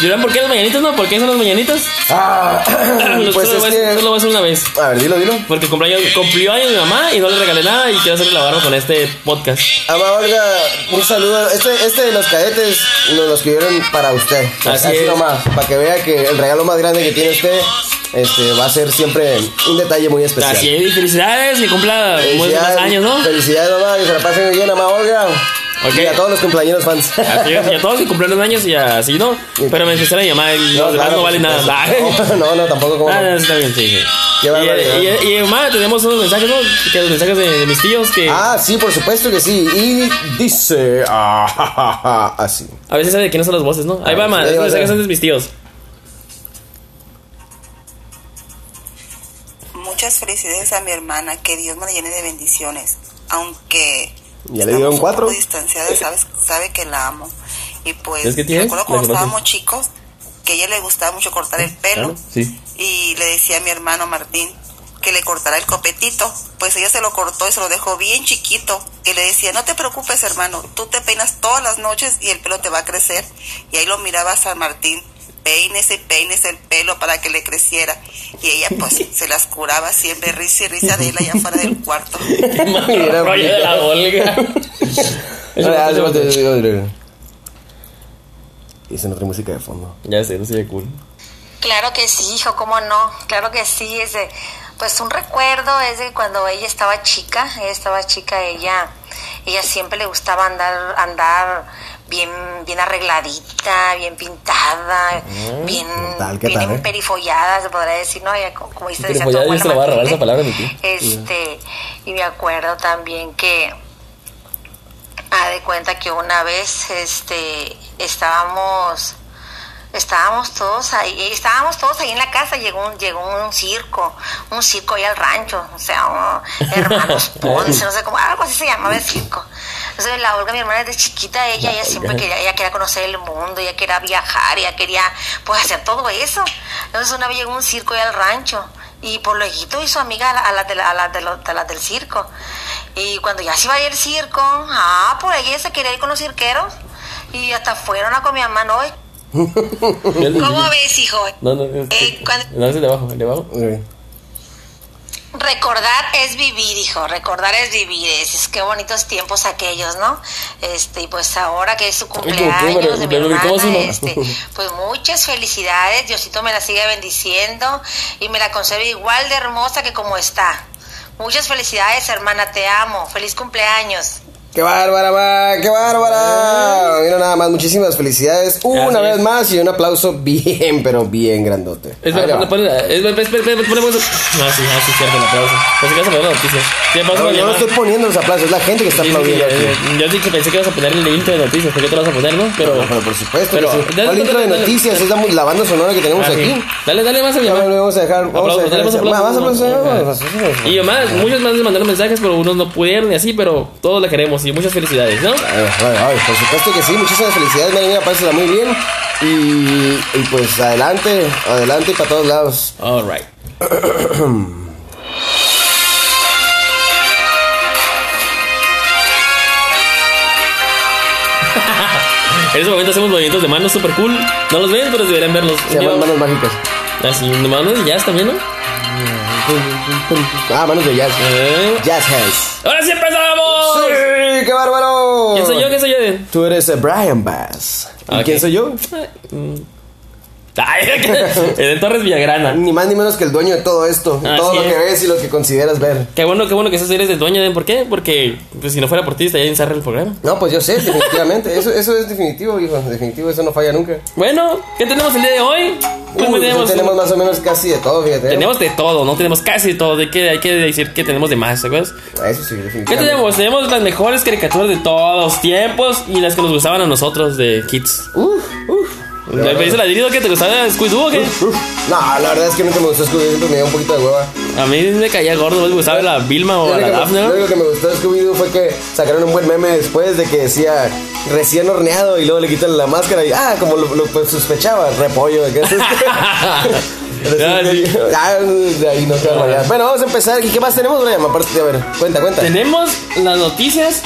¿Lloran porque las mañanitas? No, ¿por qué son las mañanitas? Ah, Los- pues solo, es voy a- que. solo voy a hacer una vez. A ver, dilo, dilo. Porque cumplió, cumplió años mi mamá y no le regalé nada y quiero hacerle la barba con este podcast. Ama Ah, Olga, un saludo. Este, este de los cadetes nos lo escribieron para usted. Así es. nomás, para que vea que el regalo más grande que tiene usted este, va a ser siempre un detalle muy especial. Así es, y felicidades, que cumpla muy buenos Felicidades, años, ¿no? Felicidades, mamá, que se la pasen muy bien, mamá Olga. Ok. Y a todos los compañeros fans. Así es, y a todos que cumplieron años y así, ¿no? Pero me especial a mi mamá y los demás claro, no valen por nada. supuesto. No, no, tampoco como. Ah, no, está bien, sí, sí. Y, eh, Qué barbaridad. y, y, mamá, tenemos unos mensajes, ¿no? Que los mensajes de, de mis tíos que Ah, sí, por supuesto que sí. Y dice. ah, ja, ja, ja, así. a veces saben de quiénes son las voces, ¿no? Ahí va, Ah, mamá, sí, ahí los va, mensajes ahí va. son de mis tíos. Muchas felicidades a mi hermana, que Dios me la llene de bendiciones. Aunque. Ya le estamos dieron un cuatro. poco distanciadas, sabes, sabe que la amo. Y pues. ¿Es que tienes? recuerdo La cuando que más estábamos chicos, que a ella le gustaba mucho cortar el pelo. Claro, sí. Y le decía a mi hermano Martín que le cortara el copetito. Pues ella se lo cortó y se lo dejó bien chiquito. Y le decía, no te preocupes, hermano, tú te peinas todas las noches y el pelo te va a crecer. Y ahí lo miraba a San Martín, peínese, peínese el pelo para que le creciera. Y ella pues se las curaba siempre, risa y risa de él allá fuera del cuarto. Era Rollo de la Olga. Ah, sí, sí, sí, sí. Y se nos trae música de fondo. ya sé, no soy de cool. Claro que sí, hijo, cómo no, claro que sí, es de, pues un recuerdo es de cuando ella estaba chica, ella estaba chica, ella, ella siempre le gustaba andar, andar bien, bien arregladita, bien pintada, bien, ¿qué tal, qué bien tal, eh? emperifollada, se podría decir, ¿no? Ella, co- como dice, decía tu Emperifollada, abuela yo se la voy a robar esa Matilde. palabra, mi tía. Este, y me acuerdo también que Ah, de cuenta que una vez este estábamos estábamos todos ahí, estábamos todos ahí en la casa, llegó un, llegó un circo, un circo ahí al rancho, o sea, un- hermanos Ponce, no sé cómo, algo así se llamaba el circo. Entonces la Olga, mi hermana desde chiquita, ella, ella siempre quería, ella quería conocer el mundo, ella quería viajar, ella quería pues hacer todo eso. Entonces una vez llegó un circo ahí al rancho y por luego y su amiga a la- a las de la- a las de los- a las del circo. Y cuando ya se iba a ir al circo, ah, pues ella se quería ir con los cirqueros y hasta fueron a con mi mamá, ¿no? ¿Cómo ves, hijo? No, no, es que- Eh, cuando- no, es de abajo, el de abajo. Eh, Recordar es vivir, hijo, recordar es vivir, es, es qué bonitos tiempos aquellos, ¿no? Este, y pues ahora que es su pero- cumpleaños de mi pero ubicamos hermana, uno. este, pues muchas felicidades, Diosito me la sigue bendiciendo y me la conserve igual de hermosa que como está. Muchas felicidades, hermana, te amo, feliz cumpleaños. ¡Qué bárbara, ma! ¡Qué bárbara! Eh. Mira nada más, muchísimas felicidades una Así es. vez más y un aplauso bien, pero bien grandote. Es Ahí más, le va. ponle, ponle- eh, es más, espera, espera, espera, ponle música. No, sí, ah, sí, cierto, el aplauso. Pensé que ibas a poner la noticia. Sí, el aplauso No, me yo no llama. estoy poniendo los aplausos, es la gente que está Sí, sí, sí, aplaudiendo aquí. eh, Yo dije que pensé que ibas a poner el intro de noticias, porque tú lo vas a poner, ¿no? Pero, ah, Pero por supuesto, Pero- que sí. dale, ¿Cuál dale, intro de dale. noticias es la, mu- la banda sonora que tenemos Ah, sí. aquí. Dale, dale más a mi Ya mamá. lo vamos a dejar. Vamos a Aplausos, dejar. dale más Ma, Más aplausos. aplausos. eh, Y yo más, muchos más les mandaron mensajes, pero unos no pudieron y así, pero todos la queremos y muchas felicidades, ¿no? Ay, ay, ay, por supuesto que sí, muchísimas felicidades, María, pásala muy bien. Y, y pues adelante, adelante y para todos lados. Alright. En ese momento hacemos movimientos de manos super cool. No los ven, pero deberían verlos. Se llaman manos mágicas. Así, de manos y jazz también, ¿no? Ah, manos de jazz. Eh. Jazz hands. ¡Ahora sí empezamos! ¡Sí! ¡Qué bárbaro! ¿Quién soy yo? ¿Quién soy yo? Tú eres eh, Brian Bass. ¿Y Ok. quién soy yo? Ay, Eden Torres Villagrana. Ni más ni menos que el dueño de todo esto. de Así todo lo que es. ves y lo que consideras ver. Qué bueno, qué bueno que eres el dueño, Eden. ¿Por qué? Porque pues, si no fuera por ti, estaría encerrado el programa. No, pues yo sé, definitivamente. eso, eso es definitivo, hijo. Definitivo, eso no falla nunca. Bueno, ¿qué tenemos el día de hoy? Pues, Uy, tenemos, tenemos más o menos casi de todo, fíjate. tenemos de todo, no tenemos casi de todo. De que, hay que decir que tenemos de más, ¿te acuerdas? Eso sí, ¿Qué definitivamente. tenemos? Tenemos las mejores caricaturas de todos los tiempos y las que nos gustaban a nosotros de kids. Uf, uf. ¿Me pediste la dirido que te gustaba Scooby-Doo o qué? Uf. No, la verdad es que nunca me gustó Scooby, siempre me dio un poquito de hueva. A mí me caía gordo, no me gustaba la Vilma o Lo Oh, la único que- Daphne, Lo ¿no? único que me gustó de Scooby-Doo fue que sacaron un buen meme después de que decía recién horneado y luego le quitan la máscara y ah, como lo, lo, pues, sospechaba, repollo. ¿qué es esto? Ah, Recién- sí. Ah, de ahí no se va a rayar. Bueno, vamos a empezar. ¿Y qué más tenemos, Brian? Aparte, a ver, cuenta, cuenta. Tenemos las noticias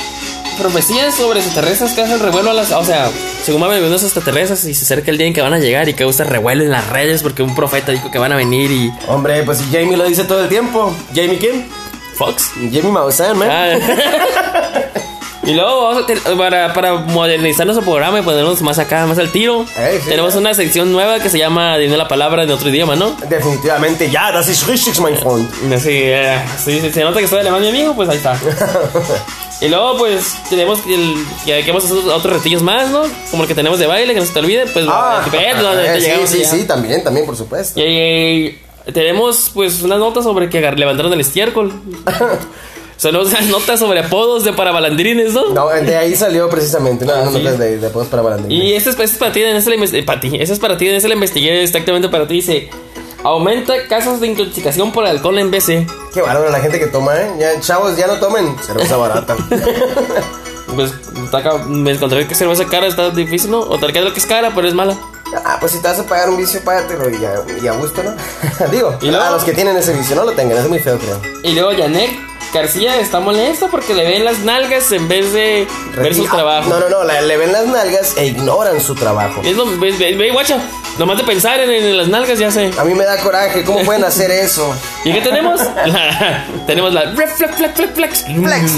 profecías sobre extraterrestres que hacen revuelo a las. O sea, según van venir unos extraterrestres y se acerca el día en que van a llegar y causa revuelo en las redes porque un profeta dijo que van a venir y. Hombre, pues si Jamie lo dice todo el tiempo. ¿Jamie quién? Fox. Jamie Maussan, man. Ah. y luego vamos a ten- para, para modernizar nuestro programa y ponernos más acá, más al tiro. Eh, sí, tenemos eh. una sección nueva que se llama Dime la palabra en otro idioma, ¿no? Definitivamente, ya, das ist richtig, mein Freund. Sí, eh, sí, sí, se nota que soy alemán, mi amigo, pues ahí está. y luego, pues, tenemos el, que que hemos hecho otros retillos más, ¿no? Como el que tenemos de baile, que no se te olvide, pues, eh, donde eh, sí, llegamos sí, ya. sí, también, también, por supuesto. Y, eh, tenemos, pues, unas notas sobre que agar- levantaron el estiércol. Son unas notas sobre apodos de para balandrines, ¿no? No, de ahí salió precisamente. No, no, no, Ah, sí. pues, de, de post para Valentín. Y este es, este es para ti, en ese la inves- eh, para ti, ese es para ti, en ese la investigué exactamente para ti, dice... Aumenta casos de intoxicación por alcohol en BC. Qué bárbaro la gente que toma, ¿eh? Ya, chavos, ya no tomen cerveza barata. Pues está ca- me encontré que cerveza cara está difícil, ¿no? O tal que es lo que es cara, pero es mala. ah, pues si te vas a pagar un vicio, págatelo y a, y a gusto, ¿no? Digo, ¿Y luego? a los que tienen ese vicio, no lo tengan, es muy feo, creo. Y luego Janet García está molesta porque le ven las nalgas en vez de ver sus Ah, trabajos. No, no, no, la- le ven las nalgas e ignoran su trabajo. Es lo, ve, ve- ve, guacha, nomás de pensar en, en las nalgas ya sé. A mí me da coraje, ¿cómo pueden hacer eso? ¿Y qué tenemos? La- tenemos la ref, flex, flex, flex, flex. Flex.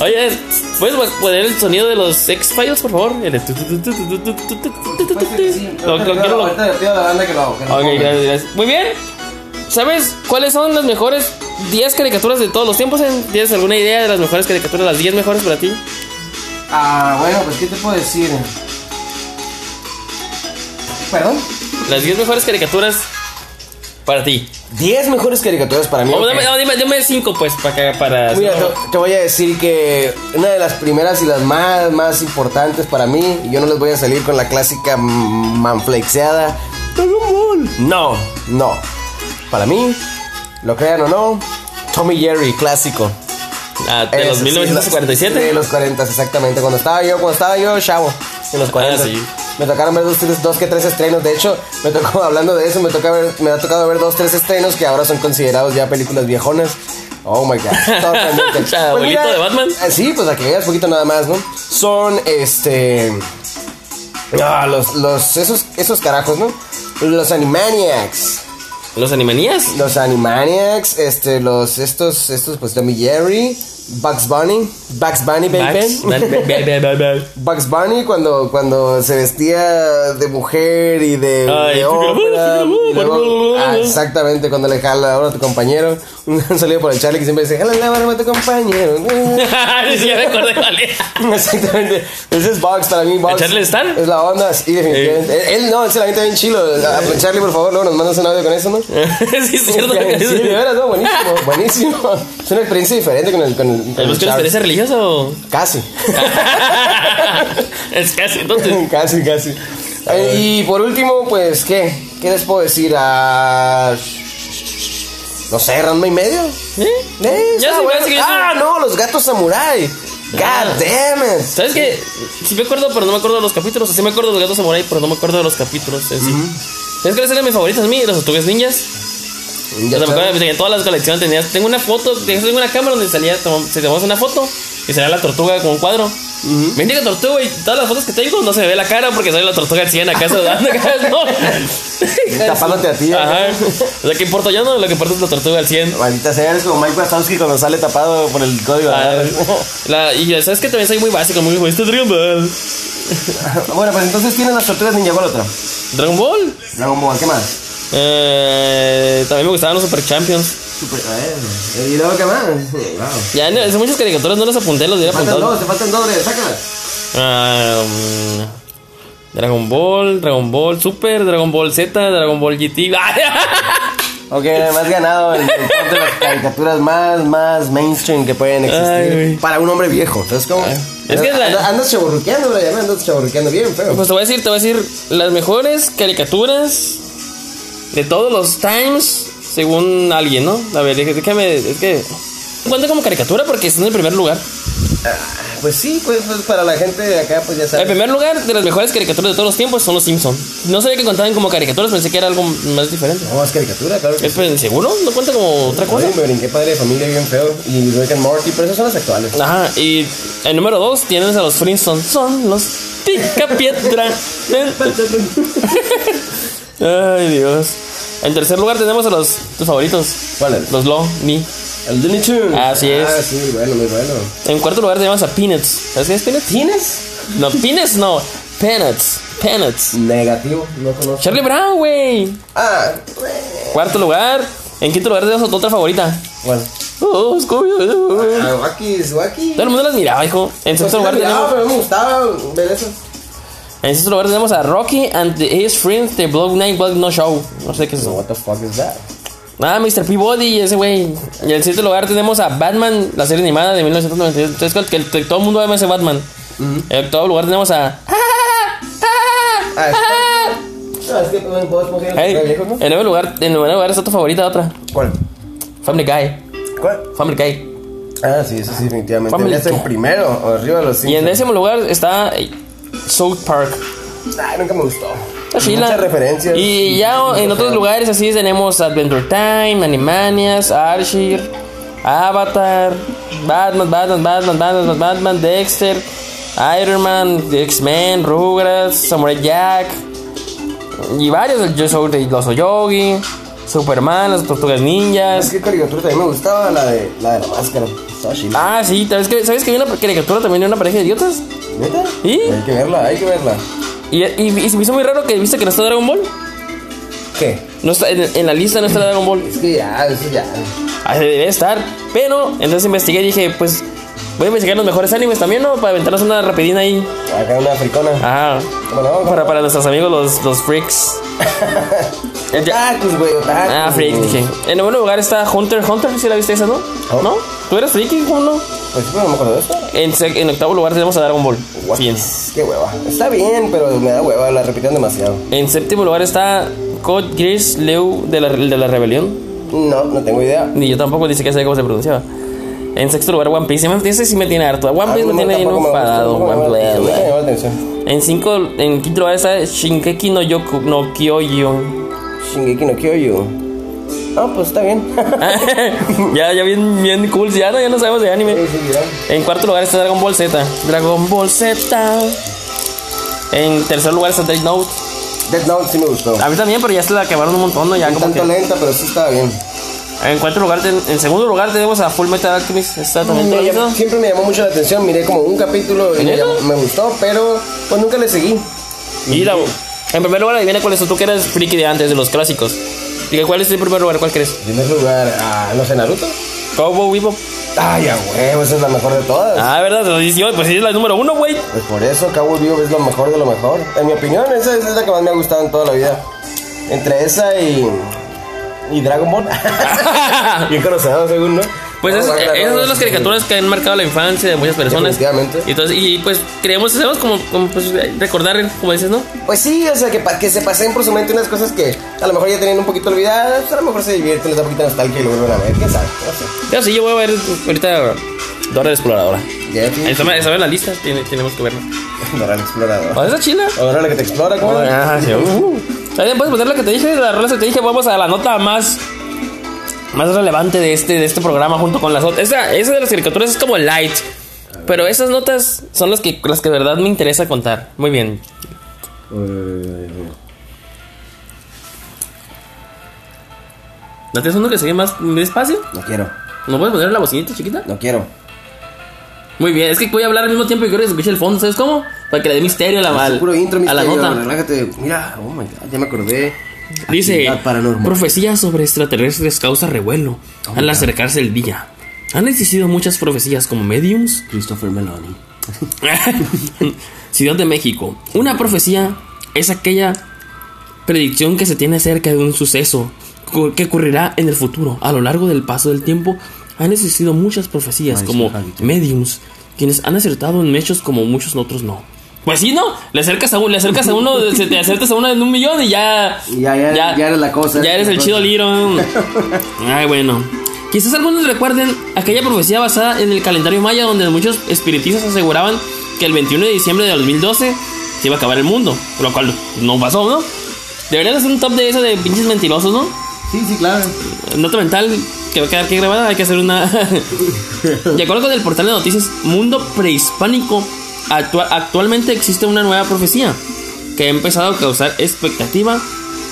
Oye, ¿puedes po- poner el sonido de los X-Files, por favor? El de tu, tu, tu, tu, tu, tu, tu, tu, tu, Pues tu, tu, tu. Lo- lo quiero, lo- le pido a la banda que lo haga. Ok, gracias, gracias. Muy bien. ¿Sabes cuáles son las mejores 10 caricaturas de todos los tiempos? ¿Tienes alguna idea de las mejores caricaturas, las 10 mejores para ti? Ah, bueno, pues ¿qué te puedo decir? ¿Perdón? Las 10 mejores caricaturas para ti. 10 mejores caricaturas para mí. O ok. dame, no, dime, dime 5 pues para que- para Mira, te, te voy a decir que una de las primeras y las más, más importantes para mí, y yo no les voy a salir con la clásica mm, manflexeada. Dragon Ball. No, no. Para mí, lo crean o no, Tommy Jerry, clásico. Ah, de los Ese sí, De 1947. los 40, exactamente. Cuando estaba yo, cuando estaba yo, chavo. En los 40. Ah, sí. Me tocaron ver dos, tres- dos que tres estrenos. De hecho, me tocó, hablando de eso, me, toca ver, me ha tocado ver dos, tres estrenos que ahora son considerados ya películas viejonas. Oh my god. Totalmente. O sea, abuelito de Batman. eh, Sí, pues a que veas poquito nada más, ¿no? Son este. Ah, los, los, esos, esos carajos, ¿no? Los Animaniacs. Los Animanías. Los Animaniacs, este, los, estos, estos, pues Tommy Jerry, Bugs Bunny, Bugs Bunny, baby. Max, Dan- Be- Be- Be- Be- Be- Bugs Bunny cuando, cuando se vestía de mujer y de, Ay, de ópera, y luego- ah, exactamente, cuando le jala la hora a tu compañero. Un saludo por el Charlie que siempre dice, jala la hora a tu compañero. Ni siquiera me acordé cuál era. Exactamente. Ese es Bugs para mí. Bugs. ¿El Charlie Eh. Stan? Es la onda, sí, definitivamente. Él, él no, él se la gente bien chilo. Ah, Charlie, por favor, luego nos mandas un audio con eso, ¿no? Sí, es cierto. Sí, de veras, no, buenísimo, buenísimo. Es una experiencia diferente con el. Con el, con el ¿Tenemos que Charles. experiencia religiosa o...? Casi. es casi, entonces... casi, casi. Eh, y por último, pues, ¿qué? ¿Qué les puedo decir? A. No sé, Ranma y medio. ¿Eh? Eh, Ya Ah. está se me bueno. hace que yo- ah, no, los gatos samurai. God damn it. ¿Sabes qué? Sí me acuerdo, pero no me acuerdo de los capítulos. Sí me acuerdo de los gatos samurai, pero no me acuerdo de los capítulos en sí. ¿Sabes cuáles eran mis favoritas a mí? Los tortugas ninjas. Ya O sea, me acuerdo sabes. que en todas las colecciones tenías... Tengo una foto, tengo una cámara donde salía... tom- Si tomamos una foto, y salía la tortuga con un cuadro. Me indica tortuga y todas las fotos que tengo no se ve la cara porque sale la tortuga china acá saludando. acá, ¿no? Tapándote a ti. Ajá. ¿eh? O sea, ¿qué importa yo? No, lo que importa es la tortuga al 100. Maldita sea, eres como Mike Wazowski cuando sale tapado por el código. de Ah, barras. la- y ya sabes que también soy muy básico, muy güey. Este es Dragon Ball. bueno, pues entonces tienen las tortugas ninja. ¿Cuál otra? Dragon Ball. Dragon Ball, ¿qué más? Eh, también me gustaban los Super eh, Champions. Super, a ver, ¿Y luego qué más? Sí, wow. Ya, no, son muchas caricaturas, no las apunté, los hubiera Faltan apuntado. dos, te faltan dos, Brian, sácalas. Ah, mm, Dragon Ball, Dragon Ball Super, Dragon Ball Z, Dragon Ball GT. Ok, además ganado el, el top de las caricaturas más, más mainstream que pueden existir. Ah, Ay, güey. para un hombre viejo. Entonces, ¿cómo? Es que la- Andas- Andas chaburruqueando, Brian, andas chaburruqueando bien feo. Pues te voy a decir, te voy a decir las mejores caricaturas de todos los times, según alguien, ¿no? A ver, déjame, es que cuenta como caricatura porque está en el primer lugar. Ah, Pues sí, pues, pues, para la gente de acá, pues ya En sabes. primer lugar, de las mejores caricaturas de todos los tiempos son los Simpson. No sabía que contaban como caricaturas, pensé que era algo más diferente. No, es caricatura, claro. Que ¿Es sí. pues, seguro? ¿No cuenta como otra cosa? Oye, me brinqué padre de familia bien feo. Y Rick and Morty, pero esas son las actuales. Ajá, y el número dos tienes a los Flintstones. Son los Picapiedra. Ay, Dios. En tercer lugar tenemos a los tus favoritos, ¿Cuál es? los Lo Ni. El Looney Tunes. Así es. Ah, sí, bueno, muy bueno. En cuarto lugar tenemos a Peanuts. ¿Sabes qué es Peanuts? ¿Tienes? No, Peanuts no. Peanuts. Peanuts. Negativo, no conozco. Charlie Brown, güey. Ah, Cuarto lugar. En quinto lugar tenemos a tu otra favorita. bueno. Oh, Scooby. Todo Ah, Wakis, Wakis. Pues, ah, el mundo las miraba, hijo. En sexto lugar tenemos. pero me gustaba ver eso. En sexto lugar tenemos a Rocky and the- his friends The Block Nine Block No Show. No sé qué es So eso. what the fuck is that? Ah, Mr. Peabody, ese güey. Y en sexto lugar tenemos a Batman, la serie animada de 1993, que, el- que todo el mundo ama ese Batman. En octavo lugar tenemos a... Ah, es- no, es que no puedo escoger Hey, el viejo, ¿no? en noveno lugar, en noveno lugar está tu favorita otra. ¿Cuál? Family Guy. ¿Cuál? Family Guy. Ah, sí, eso sí, definitivamente. Family Debería ser Guy. primero, o arriba de los Y en Simpsons. décimo lugar está eh, South Park. Ah, nunca me gustó. Está chila. Muchas referencias. Y ya o- en otros lugares así tenemos Adventure Time, Animaniacs, Archie, Avatar, Batman, Batman, Batman, Batman, Batman, Dexter, Iron Man, X-Men, Rugrats, Samurai Jack y varios, el Yo soy de los Yogi, Superman, las Tortugas Es Ninjas. que caricatura también me gustaba la de la, de la máscara. Estaba chila. Ah, sí, ¿sabes que, ¿sabes que había una caricatura también de una pareja de idiotas? ¿Neta? ¿Y? Hay que verla, hay que verla. Y, y, y se me hizo muy raro que viste que no está Dragon Ball. ¿Qué? No está, en, en la lista no está Dragon Ball. Es que ya, eso ya. Ah, debe estar. Pero entonces investigué y dije, pues voy a investigar los mejores animes también, ¿no? Para aventarnos una rapidina ahí. Acá una africona. Ajá. Bueno, Ah. Para, para nuestros amigos los, los freaks. Eh, ya- Otakus, güey, otakus. Ah, freak, dije. En noveno lugar está Hunter x Hunter, si la viste esa, ¿no? No. ¿No? ¿Tú eres freaky o no? Pues pero no me acuerdo de eso. En, sec- en octavo lugar tenemos a Dragon Ball. What? Bien. Qué hueva. Está bien, pero me da hueva, la repiten demasiado. En séptimo lugar está Code Geass Leu de la, de la Rebelión. No, no tengo idea. Ni yo tampoco dice que sé cómo se pronunciaba. En sexto lugar One Piece. Ese sí me tiene harto. One Piece Ah, me tiene bien tampoco me gusta, enfadado. tampoco me One gusta, Piece. no me güey. llama la atención. En cinco, en quinto lugar está Shingeki no Yoku no Kyoyo. Shingeki no Kyoyu. Ah, pues está bien. ya, ya bien, bien cool. Ya no, ya no sabemos de anime. Sí, sí, ya. En cuarto lugar está Dragon Ball Z. Dragon Ball Z. En tercer lugar está Death Note. Death Note sí me gustó. A mí también, pero ya se la acabaron un montón, ¿no? Ya Un como tanto Ah, que- lenta, pero sí estaba bien. En cuarto lugar, ten- en segundo lugar tenemos a Full Metal Alchemist. Está también Me todo llamó- listo. siempre me llamó mucho la atención, miré como un capítulo y me, ¿Neta? llamó- me gustó, pero pues nunca le seguí. Y la- en primer lugar, adivina cuál es tú que eres friki de antes, de los clásicos. Diga, ¿cuál es el primer lugar? ¿Cuál crees? En primer lugar, ah, no sé, Naruto. Cowboy Bebop. Ay, a huevo, esa es la mejor de todas. Ah, ¿verdad? Lo dice, Pues sí, es la número uno, güey. Pues por eso Cowboy Bebop es lo mejor de lo mejor. En mi opinión, esa es la que más me ha gustado en toda la vida. Entre esa y. y Dragon Ball. Bien conocido, según, ¿no? Pues No, esas, Dragon Ball, esas son las sí. caricaturas que han marcado la infancia de muchas personas. Definitivamente. Y, entonces, y pues creemos, sabemos como, como, pues, recordar, como dices, ¿no? Pues sí, o sea, que, pa- que se pasen por su mente unas cosas que a lo mejor ya tenían un poquito olvidadas, pero a lo mejor se divierten, les da un poquito de nostalgia y lo vuelven a ver, quién sabe. No sé. Ya sí, yo voy a ver ahorita Dora la Exploradora. Ya, sí. Está está en la lista, tiene- tenemos que verla. Dora el explorador. ¿O esa chila? Ahora la que te explora, ¿cómo? Ah, sí. Uh. También puedes poner lo que te dije, la rola que te dije, vamos a la nota más más relevante de este de este programa junto con las otras. Esa, esa de las caricaturas es como light, pero esas notas son las que las que de verdad me interesa contar. Muy bien. ¿No tienes uno que se ve más despacio? No quiero, ¿No puedes poner la bocinita chiquita? no quiero. Muy bien, es que voy a hablar al mismo tiempo y quiero que se escuche el fondo, ¿sabes cómo? Para que le dé misterio a la, Es al- un puro intro, a la misterio, nota. Relájate. Mira, oh my god, ya me acordé. Dice, Actividad paranormal. Oh, profecías sobre extraterrestres causa revuelo al acercarse el día. Han existido muchas profecías como mediums. Christopher Meloni. Ciudad de México. Una profecía es aquella predicción que se tiene acerca de un suceso cu- que ocurrirá en el futuro. A lo largo del paso del tiempo han existido muchas profecías Maestro como Javito. mediums, quienes han acertado en hechos como muchos otros no. Pues sí, ¿no? Le acercas a uno, le acercas a uno, se te acertas a uno en un millón y ya... Y ya- ya- ya eres la cosa, Ya eres eres la el cosa. chido Liro. Ay, bueno. Quizás algunos recuerden aquella profecía basada en el calendario maya donde muchos espiritistas aseguraban que el 21 de diciembre de 2012 se iba a acabar el mundo, lo cual no pasó, ¿no? Deberían hacer un top de eso de pinches mentirosos, ¿no? Sí, sí, claro. Nota mental que va a quedar aquí grabada, hay que hacer una... de acuerdo con el portal de noticias Mundo Prehispánico, actua- actualmente existe una nueva profecía que ha empezado a causar expectativa,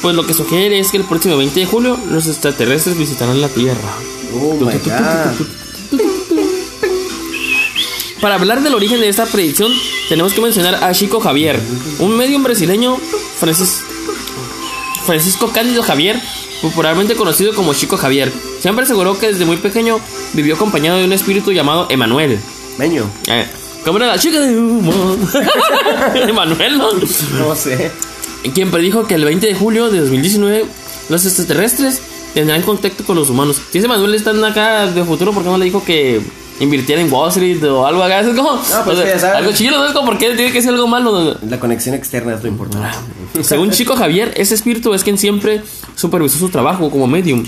pues lo que sugiere es que el próximo 20 de julio los extraterrestres visitarán la Tierra. Oh my god. Para hablar del origen de esta predicción, tenemos que mencionar a Chico Javier, un medium brasileño, Francis- Francisco Cándido Javier, popularmente conocido como Chico Javier. Siempre aseguró que desde muy pequeño vivió acompañado de un espíritu llamado Emanuel. Meño. Eh, ¿Cómo era la chica de humo? Emanuel, ¿no? No sé. quien predijo que el 20 de julio de 2019 los extraterrestres tendrán contacto con los humanos. Si ese Manuel está acá de futuro, ¿por qué no le dijo que invirtiera en Wall Street o algo acá? Es como, pues, o sea, ya sabes. algo chido, ¿no? Es como, ¿por qué tiene que ser algo malo? La conexión externa es lo importante. Según Chico Javier, ese espíritu es quien siempre supervisó su trabajo como medium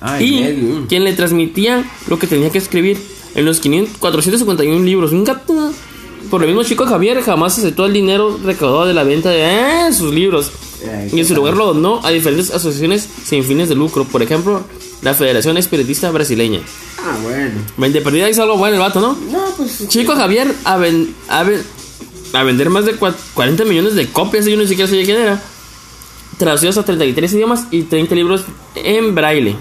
Ah, y el medio. quien le transmitía lo que tenía que escribir en los 500 451 libros. Un gato. Por lo mismo, Chico Javier jamás aceptó el dinero recaudado de la venta de ah, sus libros. Ay, Y en su qué lugar lo donó a diferentes asociaciones sin fines de lucro. Por ejemplo, la Federación Espiritista Brasileña. Ah, bueno. Vende perdida hizo algo bueno el vato, ¿no? No, pues. Chico Javier a, ven- a, ven- a vender más de cua- 40 millones de copias, y yo ni siquiera sabía quién era. Traducidos a 33 idiomas y 30 libros en braille.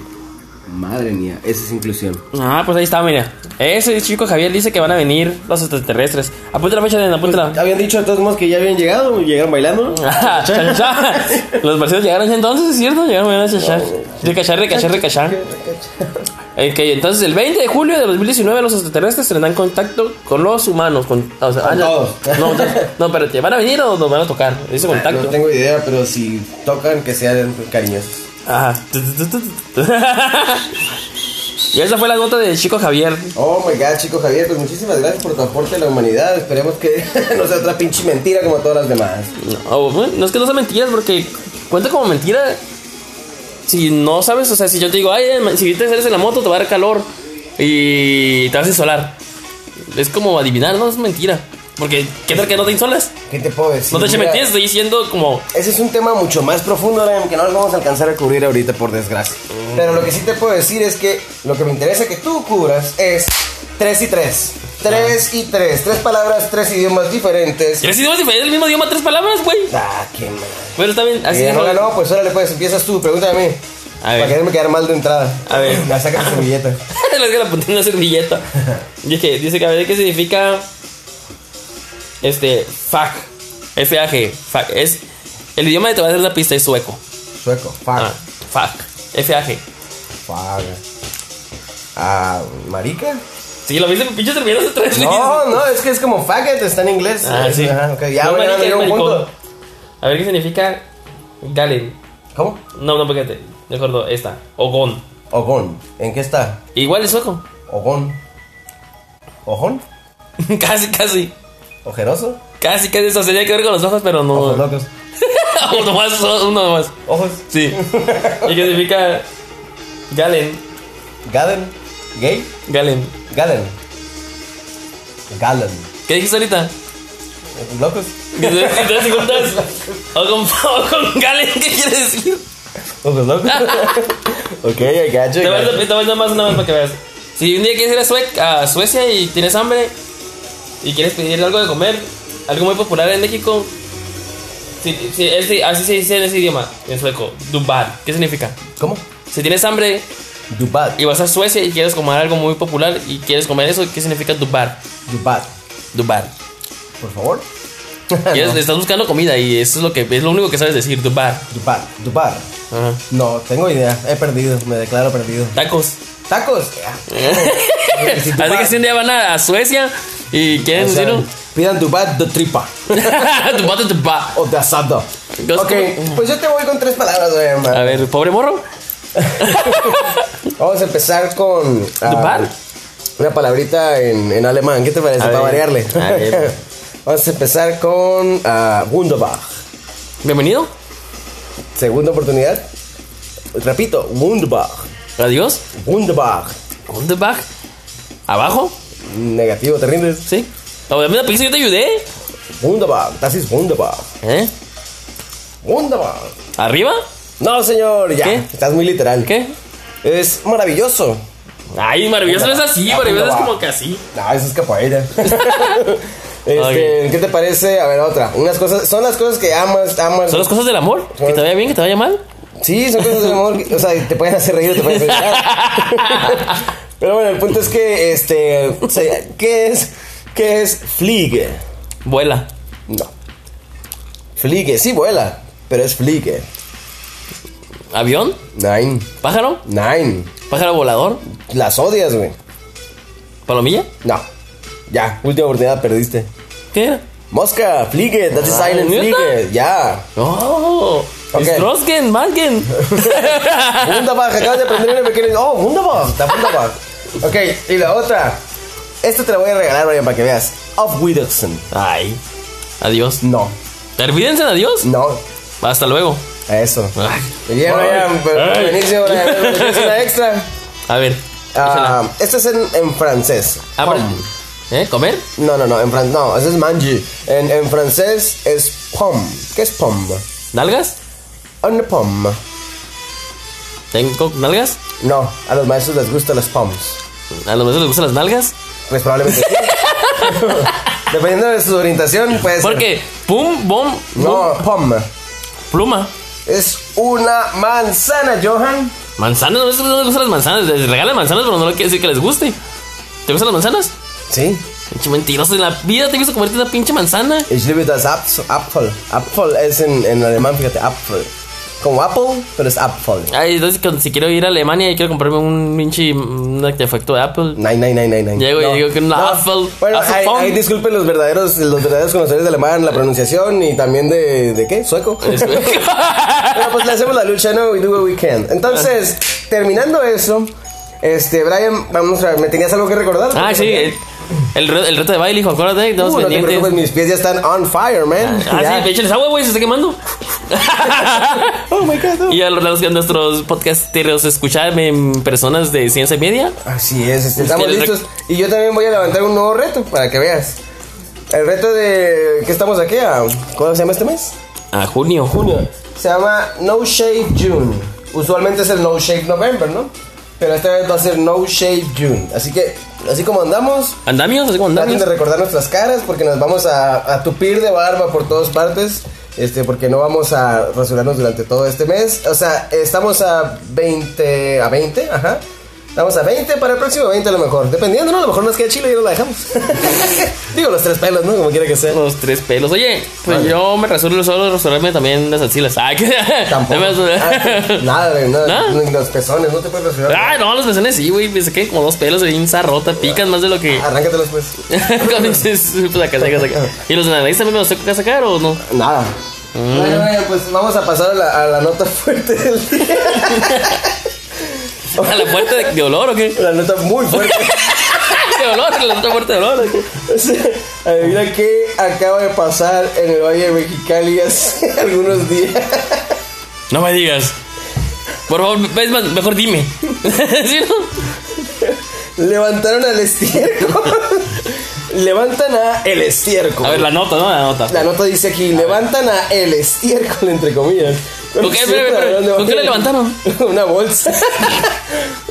Madre mía, esa es inclusión. Ah, pues ahí está, mira. Ese chico Javier dice que van a venir los extraterrestres. Apunta la fecha, Adrián, apúntala. Habían dicho de todos modos que ya habían llegado, llegaron bailando. Ah, cha, cha, cha. los marcianos llegaron ya entonces, ¿es cierto? Llegaron mañana a chachar. Recachar, recachar, recachar. Ok, entonces el 20 de julio de 2019 los extraterrestres tendrán contacto con los humanos. Con, o sea, ah, ya- todos. No, no, no, espérate, ¿van a venir o nos van a tocar? Dice contacto. No tengo idea, pero si tocan, que sean cariñosos. Ajá. y esa fue la nota de Chico Javier. Oh my god, chico Javier, pues muchísimas gracias por tu aporte a la humanidad. Esperemos que no sea otra pinche mentira como todas las demás. No, Ah, bueno, no es que no sea mentiras, porque cuenta como mentira. Si no sabes, o sea, si yo te digo, ay, eh, ma- si te sales en la moto te va a dar calor y te vas a insolar. Es como adivinar, no es mentira. Porque, ¿qué tal que no te insolas? ¿Qué te puedo decir? no te eches Mira, mentiras, estoy diciendo como. Ese es un tema mucho más profundo, Aram, que no nos vamos a alcanzar a cubrir ahorita, por desgracia. Pero lo que sí te puedo decir es que lo que me interesa que tú cubras es 3 y 3. 3 y 3. Tres palabras, tres idiomas diferentes. Tres idiomas diferentes, el mismo idioma, tres palabras, güey. Ah, qué mal. Pero está bien, así Eh, no dijo- ganó, pues órale, pues empiezas tú, pregúntame a mí. Ah, A ver. Para quererme quedar mal de entrada. A ver. La saca tu servilleta. Le que la apunté en una servilleta. Dije, dice que a ver qué significa. Este, FAG. F-A-G. FAG. Es. El idioma que te va a hacer la pista es sueco. Sueco. Fuck. Ah, FAG. F-A-G. Fuck. Ah, marica. Sí, lo viste, pinche servilleta hace tres días. No, no, es que es como fuck it, está en inglés. Ah, sí. Ajá, ok, Ya, No, bueno, marica, ya me dieron un maricón. punto. A ver qué significa. Galen. ¿Cómo? No, no, fíjate. De acuerdo, esta. Ogón. Ogón. ¿En qué está? Igual es sueco. Ogón. Ojón. casi, casi. Ojeroso. Casi, casi. Eso tenía que ver con los ojos, pero Ojos no. locos. uno más, uno más. Ojos. Sí. ¿Y qué significa? Galen. Gaden. Gay. Galen. Gaden. Galen. ¿Qué dijiste ahorita? Ojos Locos. Entonces si juntas o con, o con Galen, ¿qué quiere decir? Ojos locos. ok, I got you. Te voy a got you. te voy a dar más una más para que veas. Si un día quieres ir a, Sue- a Suecia y tienes hambre y quieres pedir algo de comer, algo muy popular en México, si- si- es- así se dice en ese idioma, en sueco, Dubar. ¿Qué significa? ¿Cómo? Si tienes hambre Dubat. y vas a Suecia y quieres comer algo muy popular y quieres comer eso, ¿qué significa Dubar? Dubat. Dubar. Por favor. Quieres- Estás buscando comida y eso es lo que es lo único que sabes decir, Dubar. Dubat. Dubat. Ajá. No, tengo idea. He perdido. Me declaro perdido. Tacos. Tacos. Así que si un día van a, a Suecia y quieren O sea, decirlo. Pidan Dubat de tripa. tu pato, tu pa. o de asado. Dos Ok, como- Ah. pues yo te voy con tres palabras, güey, A hermano. ver, pobre morro. Vamos a empezar con. ah, Dubat. Una palabrita en, en alemán. ¿Qué te parece? A para ver, variarle. a ver. Vamos a empezar con. ah, Wunderbar. Bienvenido. Segunda oportunidad. Repito, Wunderbar. Adiós. Wunderbar. ¿On the back? ¿Abajo? Negativo, ¿te rindes? ¿Sí? No, dame una pizza, yo te ayudé. Wunderbar, das ist wunderbar. ¿Eh? Wunderbar. ¿Arriba? No, señor, ya. ¿Qué? Estás muy literal. ¿Qué? Es maravilloso. Ay, maravilloso no es así, Ya, maravilloso es wunderbar. como que así. No, Ah, eso es capoeira. Este, Ok. ¿Qué te parece? A ver, otra. Unas cosas, son las cosas que amas, amas. Son las cosas del amor. Que te vaya bien, que te vaya mal. Sí, son cosas de amor. que- O sea, te pueden hacer reír o te pueden hacer llorar. Pero bueno, el punto es que, este, se- ¿qué es? ¿Qué es Fliege? Vuela. No. Fliege, sí vuela, pero es Fliege. ¿Avión? Nine, ¿Pájaro? nine. ¿Pájaro volador? Las odias, güey. ¿Palomilla? No. Ya, última oportunidad, perdiste. ¿Qué era? Mosca, Fliege, that's a silent Ah, ¿neta? Fliege. Ya. No. Ok. Strosgen, Oh, Malgen. Wunderbar, acabas de aprender una pequeña. Oh, Wunderbar, está Wunderbar. Ok, y la otra. Esta te la voy a regalar, Brian, para que veas. Of Widoxen. Ay. Adiós. No, Olvídense de adiós. no, Hasta luego. a eso. Ay. Bien, Brian, Ay. buenísimo, Brian. ¿Tienes una extra? A ver. Ah, échala. esta es en, en francés. Ah, pero- Pom. ¿Eh? ¿Comer? No, no, no, en francés, no, ese es manji. En, en francés es pom. ¿Qué es pom? ¿Nalgas? Un pom. ¿Tengo nalgas? No, a los maestros les gustan las poms. ¿A los maestros les gustan las nalgas? Pues probablemente sí. Dependiendo de su orientación, pues. Porque pum, bom, No, pom. pluma. Es una manzana, Johan. Manzanas, a los maestros no les gustan las manzanas. Les regalan manzanas, pero no lo quiere decir que les guste. ¿Te gustan las manzanas? Sí. Pinche mentiroso, en la vida te he visto comerte una pinche manzana. Ich liebe das Apf- Apfel. Apfel es en, en alemán, fíjate, Apfel. Como Apple, pero es Apfel. Ay, entonces cuando- si quiero ir a Alemania y quiero comprarme un pinche un artefacto de Apple. Nein, nein, nein, nein, nein. Llego y digo que una Apfel- Bueno, Apfel ahí, Pom. ahí disculpen los verdaderos, los verdaderos conocedores de alemán, la pronunciación y también de, ¿de qué? Sueco. Pero pues le hacemos la lucha, ¿no? We do what we can. Entonces, terminando eso, este, Brian, vamos a ver, ¿me tenías algo que recordar? ah, sí, el, el re- el reto de baile, hijo, acuérdate, estamos Uh, no te pendientes. preocupes, mis pies ya están on fire, man. Ah, Ya. sí, échales agua, güey, se está quemando. Oh my god. oh. y a los, a los- a nuestros podcasteros, escucharme en personas de ciencia y media. Así es, este, estamos Ustedes listos. Y yo también voy a levantar un nuevo reto para que veas. El reto de que estamos aquí a. ¿Cómo se llama este mes? A junio. Junio. Se llama No Shave June. Usualmente es el No Shave November, ¿no? Pero esta vez va a ser No Shave June. Así que, así como andamos, Andamios, así como traten andamios. de recordar nuestras caras porque nos vamos a, a tupir de barba por todas partes. Este, porque no vamos a rasurarnos durante todo este mes. O sea, estamos a 20. ¿A 20? Ajá. Estamos a 20 para el próximo 20 a lo mejor. Dependiendo, ¿no? A lo mejor nos queda chile y no la dejamos. Digo, los tres pelos, ¿no? Como quiera que sea. Los tres pelos. Oye, pues Vale. yo me rasuro solo rasurarme también las axilas. Ah, que. Tampoco. Ah, nada, güey, nada. ¿No? Ni los pezones, no te puedes rasurar. Ah, no, los pezones sí, güey. Me saqué como dos pelos ahí en zarrota. Ah. Pican más de lo que. Arráncatelos, pues. Con dices, pues, acá, acá, acá. ¿Y los de la nariz también me los tengo que sacar o no? Nada. Mm. Bueno, bueno, pues vamos a pasar a la, a la nota fuerte del día. ¿A la puerta de, de olor o qué? La nota muy fuerte. De olor, la otra puerta de olor. ¿o qué? O sea, Adivina qué acaba de pasar en el Valle de Mexicali hace algunos días. No me digas. Por favor, es más, mejor dime. ¿Sí, no? Levantaron al estiércol. Levantan a el estiércol. A ver, la nota, ¿no? La nota. La nota dice aquí, levantan a el estiércol, entre comillas. ¿Con qué? Espera, espera, espera. ¿Con qué la levantaron? Una bolsa.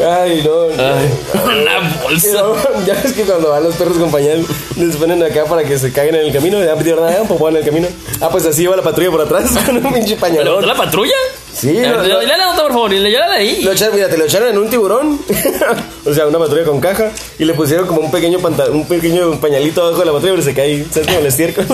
Ay, no. Ay, una Y bolsa. luego, Ya ves que cuando van los perros compañeros les ponen acá para que se caguen en el camino. Ya, pues, de verdad, un popó en el camino. Ah, pues así iba la patrulla por atrás con un pinche ¿La levantó pañalón. la patrulla? Sí, A ver, lo- le- lo- le- la nota, por favor. Y le- yo la leí. Lo echaron, mira, te lo echaron en un tiburón. o sea, una patrulla con caja. Y le pusieron como un pequeño panta- un pequeño pañalito abajo de la patrulla, pero se cae, ¿sabes? Como el estiércol.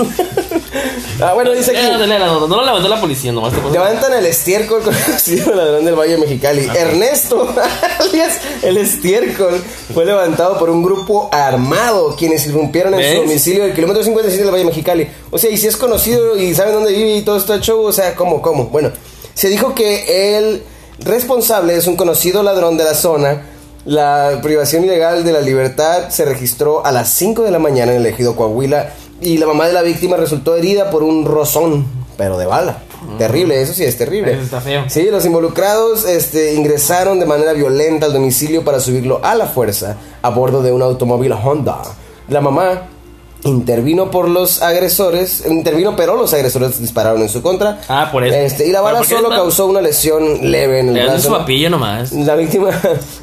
ah, bueno, dice Eh, aquí. No, no, no, no, no la levantó la policía, nomás te pongo- Levantan el estiércol conocido como ladrón del Valle de Mexicali. Ernesto, alias el estiércol, fue levantado por un grupo armado quienes irrumpieron en ¿Ves? su domicilio del kilómetro 57 del Valle de Mexicali. O sea, y si es conocido y saben dónde vive y todo está show, o sea, ¿cómo, cómo? Bueno, se dijo que el responsable es un conocido ladrón de la zona. La privación ilegal de la libertad se registró a las 5 de la mañana en el ejido Coahuila y la mamá de la víctima resultó herida por un rozón, pero de bala. Terrible, eso sí es terrible. Eso está feo. Sí, los involucrados este, ingresaron de manera violenta al domicilio para subirlo a la fuerza a bordo de un automóvil Honda. La mamá intervino por los agresores, intervino pero los agresores dispararon en su contra. Ah, por eso. Este, y la Pero bala ¿por qué solo no? causó una lesión leve en el Le dan brazo. su papillo nomás. La víctima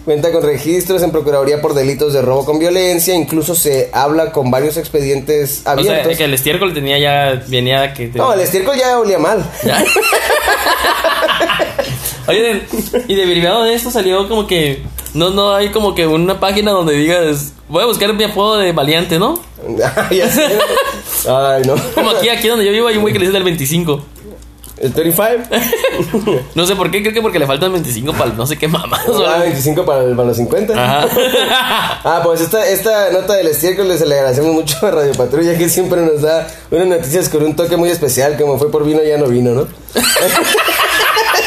cuenta con registros en Procuraduría por delitos de robo con violencia, incluso se habla con varios expedientes O sea, abiertos. que el estiércol tenía ya. Venía que. te- No, el estiércol ya olía mal. Oye, de- y derivado de esto salió como que. No, no hay como que una página donde digas. Voy a buscar mi apodo de valiante, ¿no? Ya sé. Ay, no. Como aquí, aquí donde yo vivo hay un güey que le dice el 25. El 35. No sé por qué, creo que porque le faltan 25 para el no sé qué mamás. Ah, 25 para, el- para los 50. Ajá. Ah, pues esta, esta nota del estiércol se le agradecemos mucho a Radio Patrulla que siempre nos da unas noticias con un toque muy especial, como fue por vino ya no vino, ¿no?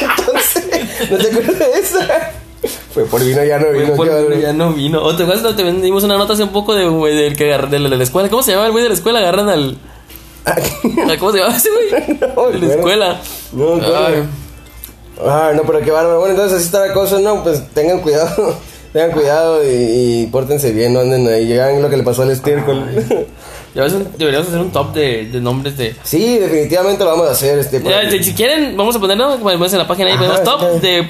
Entonces, ¿no te acuerdas de esa? Fue por vino ya no vino. Por- qué bárbaro. ya no vino. O te acuerdas cuando también dimos una nota hace un poco de un güey del que agar- del de la escuela. ¿Cómo se llama el güey de la escuela? Agarran al. al- ¿Cómo se llama ese güey? No, de la bueno. escuela. No, claro. Ah, no, pero qué bárbaro. Bueno, entonces así está la cosa, no, pues tengan cuidado. Tengan cuidado y, y pórtense bien, no anden ahí. Llegan lo que le pasó al estiércol. Ya ves, un- deberíamos hacer un top de, de nombres de. sí, definitivamente lo vamos a hacer. Este, por- Ya, si, si quieren, vamos a poner ¿no? Ponemos en la página ahí, Ajá, ponemos top sí. de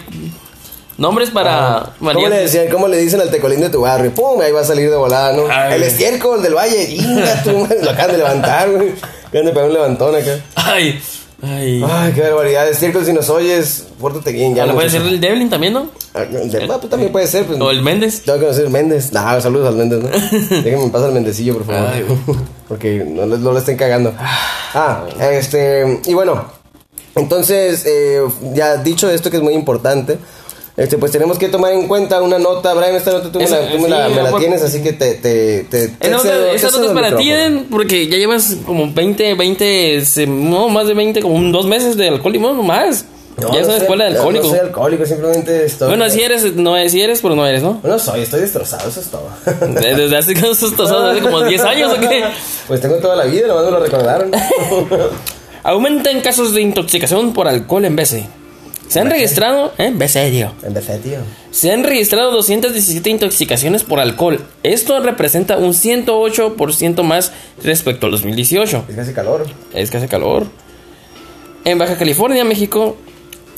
nombres para ¿Cómo le, variantes. decían, ¿Cómo le dicen al tecolín de tu barrio? ¡Pum! Ahí va a salir de volada, ¿no? Ay. El estiércol del valle. ¡Inga, tú! madre! Lo acaban de levantar, güey. Acaban de pegar un levantón acá. Ay, ay. Ay, qué barbaridad. Estiércol, si nos oyes, pórtate bien. Ah, Ya Ah, ¿no puede ser muchacho. el Devlin también, ¿no? Ah, no, el del- ah, pues, también puede ser. Pues, O el Méndez. Tengo que conocer Méndez. Nah, saludos al Méndez, ¿no? Déjenme pasar el Mendecillo, por favor. Ay, güey. Porque no, le- no le estén cagando. Ah, este. Y bueno, entonces, eh, ya dicho esto que es muy importante. Este, pues tenemos que tomar en cuenta una nota, Brian, esta nota tú me Esa- la, tú me sí, la- me la por- tienes, así que te... te, te, te Esa nota, cedo- te Eh, esa nota cedo es el para ti, micrófono. Eden, porque ya llevas como 20, 20, se- no, más de 20, como un- dos meses de alcoholismo, no más. No, ya es una no soy- escuela de no, alcohólico. No soy alcohólico, simplemente estoy... bueno, así eres, no eres, sí eres, pero no eres, ¿no? No soy, estoy destrozado, eso es todo. De- Desde hace, que nos tosamos, hace como 10 años o qué. Pues tengo toda la vida, nomás me lo recordaron. Aumentan casos de intoxicación por alcohol en BC. Se han registrado, ¿eh? en BC, digo. Empecé, tío. Se han registrado 217 intoxicaciones por alcohol. Esto representa un 108% más respecto al 2018. Es que hace calor. Es que hace calor. En Baja California, México,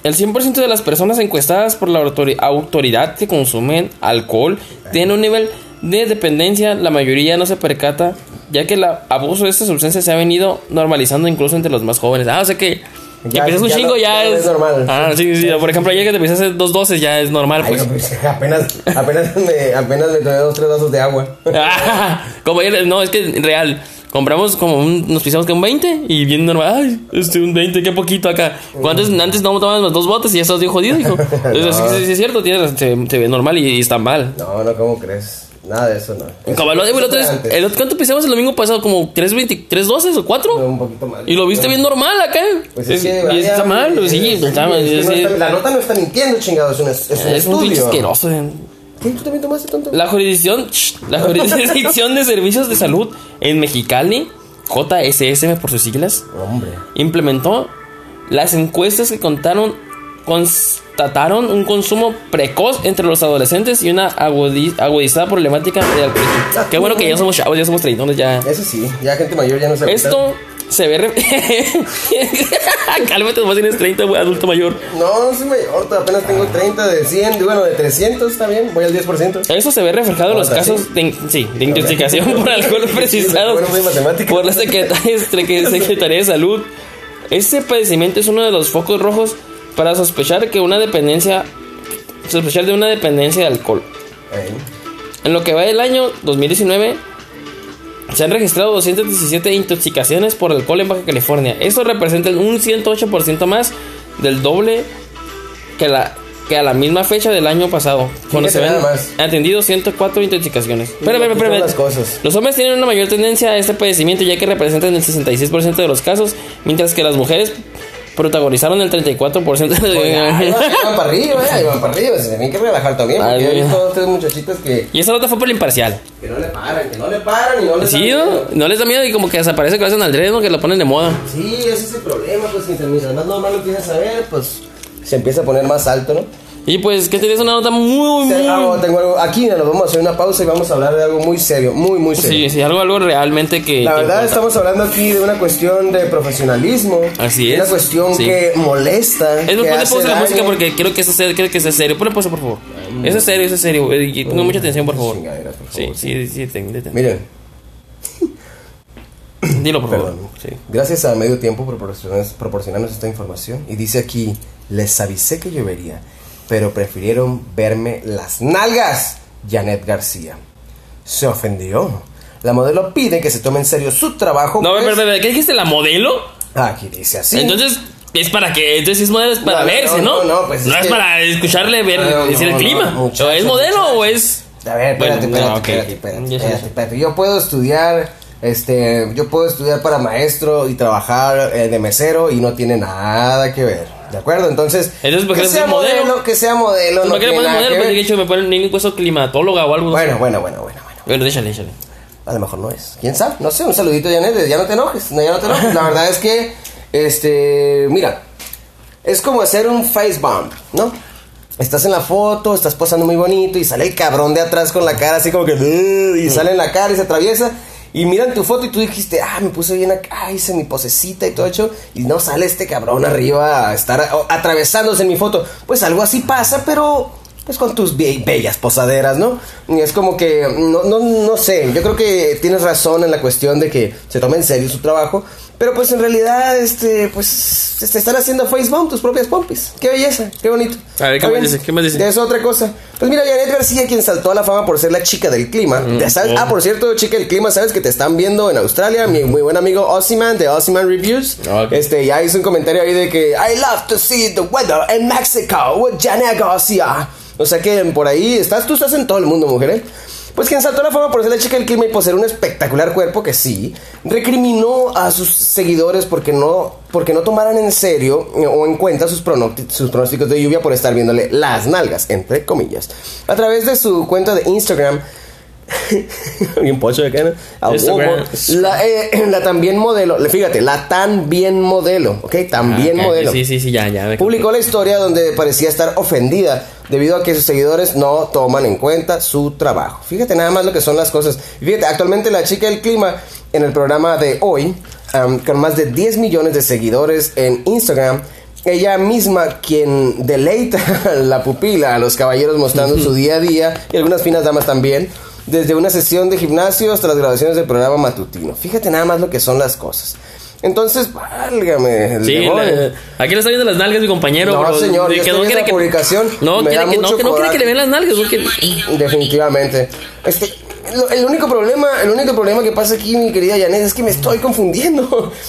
el 100% de las personas encuestadas por la autori- autoridad que consumen alcohol tienen un nivel de dependencia. La mayoría no se percata, ya que el a- abuso de esta sustancia se ha venido normalizando incluso entre los más jóvenes. Ah, o sea que. Que Ya- empiezas un ya chingo no- ya ya no es, es normal. Ah, sí, sí, Por ejemplo, ayer que te empezaste dos doces ya es normal, Ay, pues. no, pues, apenas, apenas, me, apenas me tomé dos, tres vasos de agua. Ah, como ayer, no, es que real. Compramos como un, nos pisamos que un 20 y bien normal. Ay, este un 20, qué poquito acá. Cuando antes- antes no tomábamos dos botes y ya estás bien jodido, hijo. Entonces, No. sí, sí, sí, es cierto, tienes, razón, se, se ve normal y, y está mal. No, no, ¿cómo crees? Nada de eso, no. Eso- Como lo de- el otro es- eso fue antes. el otro- ¿Cuánto pisamos el domingo pasado? ¿Como 3, 20, 3 doces o 4? Fue un poquito más. Y lo viste bien normal acá. Pues es Es- que, y vaya, está mal, es- sí, es- está mal, es que es- no es- está- La nota no está mintiendo, chingados. Es un, es, es un Es un pinche estudio. asqueroso. eh. ¿Qué? ¿Tú también tomaste tanto? La jurisdicción, shh, la jurisdicción de servicios de salud en Mexicali, JSS por sus siglas, Hombre. implementó las encuestas que contaron constataron un consumo precoz entre los adolescentes y una agudi- agudizada problemática de alcoholismo. Qué bueno que ya somos chavos, ya somos treintones, ya. Eso sí, ya gente mayor ya no se Esto se ve... re- Cálmate, nomás tienes 30, güey, adulto mayor. No, no soy mayor. Apenas tengo 30 de 100. de- Bueno, de 300 está bien. Voy al 10%. Eso se ve reflejado en los O sea, Ah, sí. casos de, in- sí, de intoxicación por alcohol Sí, precisados bueno, muy matemática. por la Secretaría, Secre- Secretaría de Salud. Este padecimiento es uno de los focos rojos para sospechar que una dependencia sospechar de una dependencia de alcohol. Ahí. En lo que va del año 2019 se han registrado 217 intoxicaciones por alcohol en Baja California. Esto representa un 108% más del doble que la que a la misma fecha del año pasado, cuando Fíjate se ven nada más. atendido 104 intoxicaciones. Espérame, aquí espérame, están las espérame. cosas. Los hombres tienen una mayor tendencia a este padecimiento ya que representan el 66% de los casos, mientras que las mujeres protagonizaron el 34% Ahí de... van, ahí van para arriba, eh, ahí van para arriba. Se tienen que relajar también. Porque Ay, yo he mira. visto dos tres muchachitas que, Y esa nota fue por el imparcial. que no le paran, que no le paran y no le Sí, ¿no? No les da miedo y como que desaparece que lo hacen al dreno, que lo ponen de moda. Sí, ese es el problema, pues que mientras más normal lo empiezas a ver, pues se empieza a poner más alto, ¿no? Y pues que tienes una nota muy, Te- ah, muy... bueno, tengo algo- aquí nos vamos a hacer una pausa y vamos a hablar de algo muy serio, muy, muy serio. Sí, sí, algo, algo realmente que... La que verdad importa. estamos hablando aquí de una cuestión de profesionalismo. Así Una es, cuestión sí. que molesta. Es que más, ponle hace pausa a la daño. Mm. música porque quiero que eso sea, quiero que sea serio. Ponle pausa, por favor. Eso es serio, eso es serio. eh, y Ponga mucha atención, por favor. Chingaderas, por Sí, favor. sí, sí, ten- ten- Miren, Dilo, por favor. Perdón. Sí. Gracias a Medio Tiempo por proporcionarnos, proporcionarnos esta información. Y dice aquí, les avisé que llovería, pero prefirieron verme las nalgas. Janet García. Se ofendió. La modelo pide que se tome en serio su trabajo. No, pues- pero, pero, ¿qué dijiste? ¿La modelo? Aquí dice así. Entonces, es para que. Entonces, si es modelo, es para No, no, verse, ¿no? no, no, pues, No es es, que- para escucharle, ver, No, no, decir el no, clima. no, muchacho, ¿O es modelo muchacho. o es.? A ver, espérate, Bueno, espérate, no, ok. espérate, espérate, Ya sé, ya espérate, sé. espérate. Yo puedo estudiar, este, yo puedo estudiar para maestro y trabajar eh, de mesero y no tiene nada que ver. ¿De acuerdo? Entonces, Entonces, ¿por qué que le sea pones modelo? que sea modelo, Pues, no ¿Para qué le tiene pones nada modelo? que Pues, de ver. hecho, me ponen ningún puesto climatóloga o algo. Bueno, bueno, bueno, bueno, bueno. Bueno, déjale, déjale. A lo mejor no es. ¿Quién sabe? No sé, un saludito, Janet. Ya no te enojes. No, ya no te enojes. La verdad es que, este, mira, es como hacer un face bomb, ¿no? Estás en la foto, estás posando muy bonito y sale el cabrón de atrás con la cara así como que... "Ugh", Y sale en la cara y se atraviesa. Y miran tu foto y tú dijiste, ah, me puse bien acá, ah, hice mi posecita y todo hecho. Y no sale este cabrón arriba a estar a- atravesándose en mi foto. Pues algo así pasa, pero pues con tus be- bellas posaderas, ¿no? Y es como que, no, no, no sé, yo creo que tienes razón en la cuestión de que se tome en serio su trabajo, pero pues en realidad, este, pues, se te están haciendo face bomb tus propias pompis. Qué belleza, qué bonito. A ver, ¿qué Está más bien. dice? ¿Qué más dice? Ya Es otra cosa. Pues mira, Janet García, quien saltó a la fama por ser la chica del clima. Mm, Ya sabes- Ah, por cierto, chica del clima, sabes que te están viendo en Australia. Mi muy buen amigo Ossiman de Ossiman Reviews. Ah, Ok. Este, ya hizo un comentario ahí de que I love to see the weather in Mexico with Janet García. O sea que por ahí estás, tú estás en todo el mundo, mujer, ¿eh? Pues quien saltó a la fama por ser la chica del clima y poseer un espectacular cuerpo, que sí, recriminó a sus seguidores porque no, porque no tomaran en serio eh, o en cuenta sus, pronósticos- sus pronósticos de lluvia por estar viéndole las nalgas, entre comillas. A través de su cuenta de Instagram, Bien pocho de acá, ¿no? A Instagram. huevo. La, eh, la también modelo, le- fíjate, la tan bien modelo, ¿ok? También Ah, ok, modelo. Sí, sí, sí, ya, ya. me- Publicó la historia donde parecía estar ofendida debido a que sus seguidores no toman en cuenta su trabajo. Fíjate nada más lo que son las cosas. Fíjate, actualmente la chica del clima en el programa de hoy, am, con más de 10 millones de seguidores en Instagram, ella misma quien deleita la pupila a los caballeros mostrando su día a día y algunas finas damas también. Desde una sesión de gimnasio hasta las grabaciones del programa matutino. Fíjate nada más lo que son las cosas. Entonces, válgame. el Sí, demonio. la- aquí le está viendo las nalgas mi compañero. No, bro, señor, de yo que estoy no viendo quiere la que- publicación, No, me quiere da que, no, mucho que no quiere que le coraje. vean las nalgas. no quiere- Definitivamente. Este, lo- el único problema, el único problema que pasa aquí, mi querida Janet, es que me estoy confundiendo.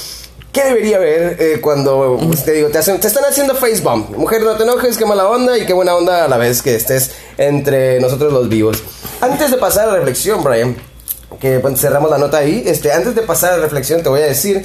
¿Qué debería haber eh, cuando pues, te digo, te, hacen, te están haciendo face bump? Mujer, no te enojes, qué mala onda y qué buena onda a la vez que estés entre nosotros los vivos. Antes de pasar a la reflexión, Brian, que pues, cerramos la nota ahí, este, antes de pasar a la reflexión te voy a decir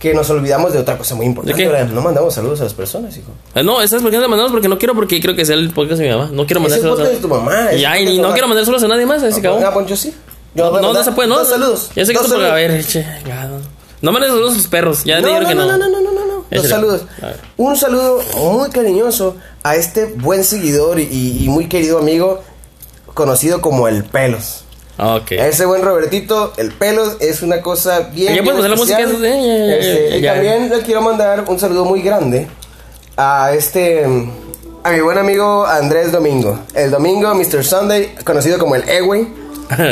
que nos olvidamos de otra cosa muy importante. ¿De qué? Brian. No mandamos saludos a las personas, hijo. Ah, No, esas porque no las mandamos porque no quiero porque quiero que sea el podcast de mi mamá. No quiero Es mandar el solos podcast de tu mamá, es Y, ay, el podcast y de tu no mamá. quiero mandar solos a nadie más. Así que Ah, Poncho, sí. Yo voy No, no, a no mandar se puede, no. Dos saludos. Ya sé que Dos tú por saludos. a ver, che, chingado. No mandes saludos a sus perros. Ya te no, digo no, que no, no, no, no, no, no, no. Dos Échale. saludos. A ver. Un saludo muy cariñoso a este buen seguidor y, y muy querido amigo conocido como el Pelos. Ah, Ok. Ese buen Robertito, el Pelos es una cosa bien. Ya bien puedes poner la especial. música, eh, ya, ya, Este, ya, y ya. también le quiero mandar un saludo muy grande a este. A mi buen amigo Andrés Domingo. El domingo, Mr. Sunday, conocido como el Eway.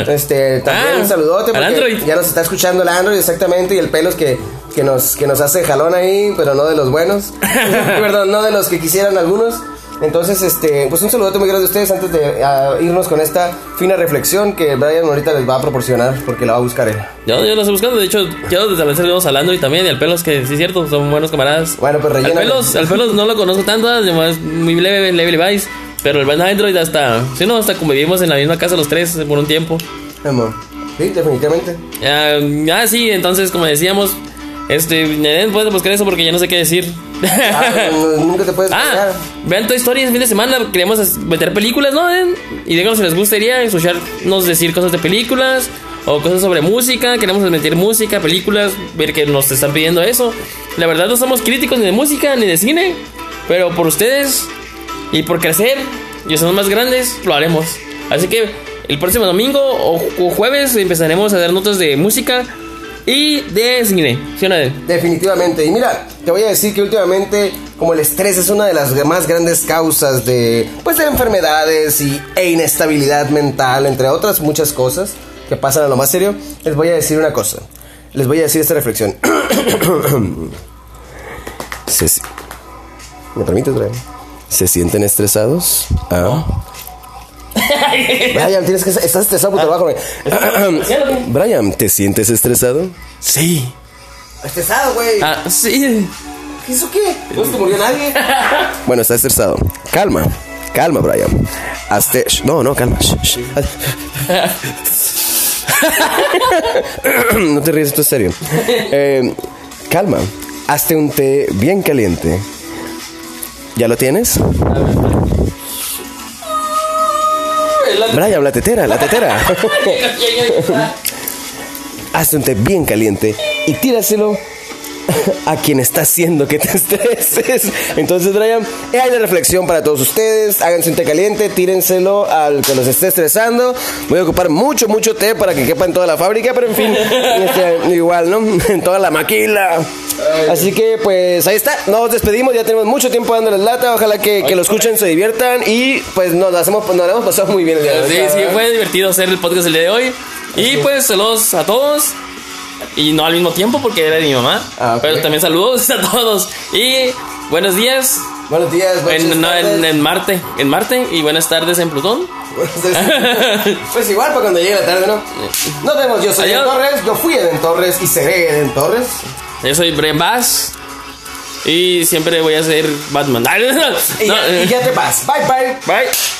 Este, también Ah, un saludote al porque Android. ya nos está escuchando el Android exactamente y el pelos que, que nos que nos hace jalón ahí, pero no de los buenos. Perdón, no de los que quisieran algunos. Entonces, este, pues un saludote muy grande a ustedes antes de ah, irnos con esta fina reflexión que Brian ahorita les va a proporcionar porque la va a buscar él. Yo, yo lo estoy buscando, de hecho, yo desde la vez salimos hablando y también, y al pelos, que sí es cierto, son buenos camaradas. Bueno, pues al rellena. pelos, al pelos no lo conozco tanto, además, muy leve, leve Levi's, pero el band Android hasta, si no, hasta convivimos en la misma casa los tres por un tiempo. Amor. Sí, definitivamente. Ah, ah, sí, entonces, como decíamos, este, puedes buscar eso porque ya no sé qué decir. Ah, no, nunca te puedes Ah, cambiar. vean Toy Story el fin de semana. Queremos as- meter películas, ¿no? Eh, Y díganos si les gustaría escucharnos decir cosas de películas o cosas sobre música. Queremos meter música, películas, ver que nos están pidiendo eso. La verdad, no somos críticos ni de música ni de cine, pero por ustedes y por crecer y somos más grandes, lo haremos. Así que el próximo domingo o, ju- jueves empezaremos a dar notas de música y de cine. ¿Sí o no, Adel? Definitivamente. Y mira, te voy a decir que últimamente, como el estrés es una de las más grandes causas de, pues, de enfermedades y, e inestabilidad mental, entre otras muchas cosas que pasan a lo más serio, les voy a decir una cosa. Les voy a decir esta reflexión. Se si- ¿Me permite otra vez? ¿Se sienten estresados? Ah. Brian, tienes que, estás estresado por tu trabajo. güey. Brian, ¿te sientes estresado? Sí. Estresado, güey. Ah, sí. ¿Qué hizo qué? No se murió nadie. Bueno, está estresado. Calma. Calma, Brian. Hazte. sh- No, no, calma. Sh- sh. no te ríes, esto es serio. Eh, calma. Hazte un té bien caliente. ¿Ya lo tienes? Brian, la tetera, la tetera. Hazte un té bien caliente y tíraselo a quien está haciendo que te estreses. Entonces, Brian, eh, hay la reflexión para todos ustedes. Háganse un té caliente, tírenselo al que los esté estresando. Voy a ocupar mucho, mucho té para que quepa en toda la fábrica, pero en fin, este, igual, ¿no? En toda la maquila. Así que, pues ahí está. Nos despedimos. Ya tenemos mucho tiempo dándoles lata. Ojalá que, que lo escuchen, se diviertan y pues nos la hacemos, nos la hemos pasado muy bien el día de hoy. Sí, la sí, verdad. fue divertido hacer el podcast el día de hoy. Y pues saludos a todos. Y no al mismo tiempo porque era de mi mamá. Ah, ok. Pero también saludos a todos. Y buenos días Buenos días, buenas en, no, en, tardes. en Marte. En Marte. Y buenas tardes en Plutón. Pues igual para cuando llegue la tarde, ¿no? Nos vemos, yo soy Eden Adiós. Torres, yo fui Eden Torres y seré Eden Torres. Yo soy Bren Bass. Y siempre voy a ser Batman. No, Y, ya, y eh, ya te vas. Bye, bye. Bye.